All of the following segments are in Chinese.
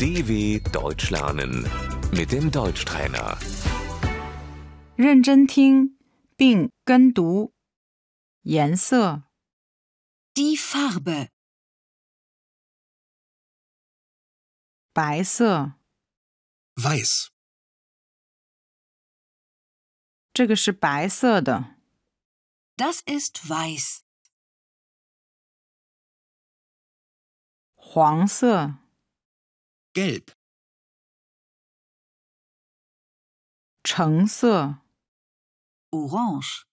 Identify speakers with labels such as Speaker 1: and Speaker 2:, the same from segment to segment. Speaker 1: DW Deutsch lernen mit dem Deutschtrainer.
Speaker 2: 认真听并跟读。颜色、
Speaker 3: Die Farbe.
Speaker 2: 白色，
Speaker 4: Weiß.
Speaker 2: 这个是白色的。
Speaker 3: Das ist weiß.
Speaker 2: 黄色、
Speaker 4: Gelb.
Speaker 2: 橙色、
Speaker 3: Orange.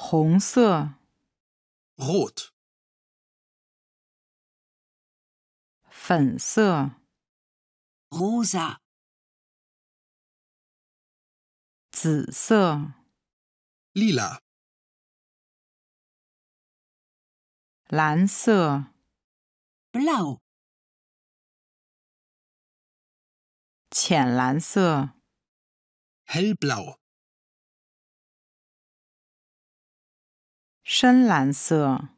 Speaker 2: 红色、
Speaker 4: Rot.
Speaker 2: 粉色、
Speaker 3: Rosa.
Speaker 2: 紫色、
Speaker 4: Lila.
Speaker 2: 蓝色、
Speaker 3: Blau.
Speaker 2: 浅蓝色、
Speaker 4: Hellblau.
Speaker 2: 深蓝色、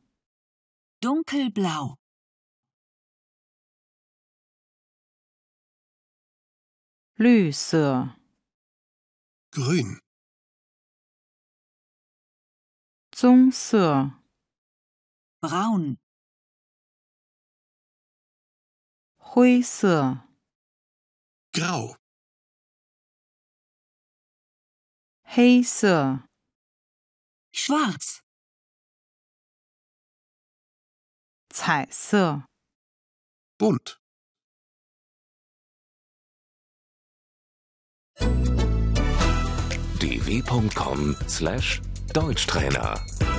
Speaker 3: Dunkelblau.
Speaker 2: 绿色、
Speaker 4: Grün.
Speaker 2: 棕色、
Speaker 3: Braun.
Speaker 2: 灰色、
Speaker 4: Grau.
Speaker 2: 黑色、
Speaker 3: Schwarz.
Speaker 2: 彩色、
Speaker 4: Bunt.
Speaker 1: dw.com/deutschtrainer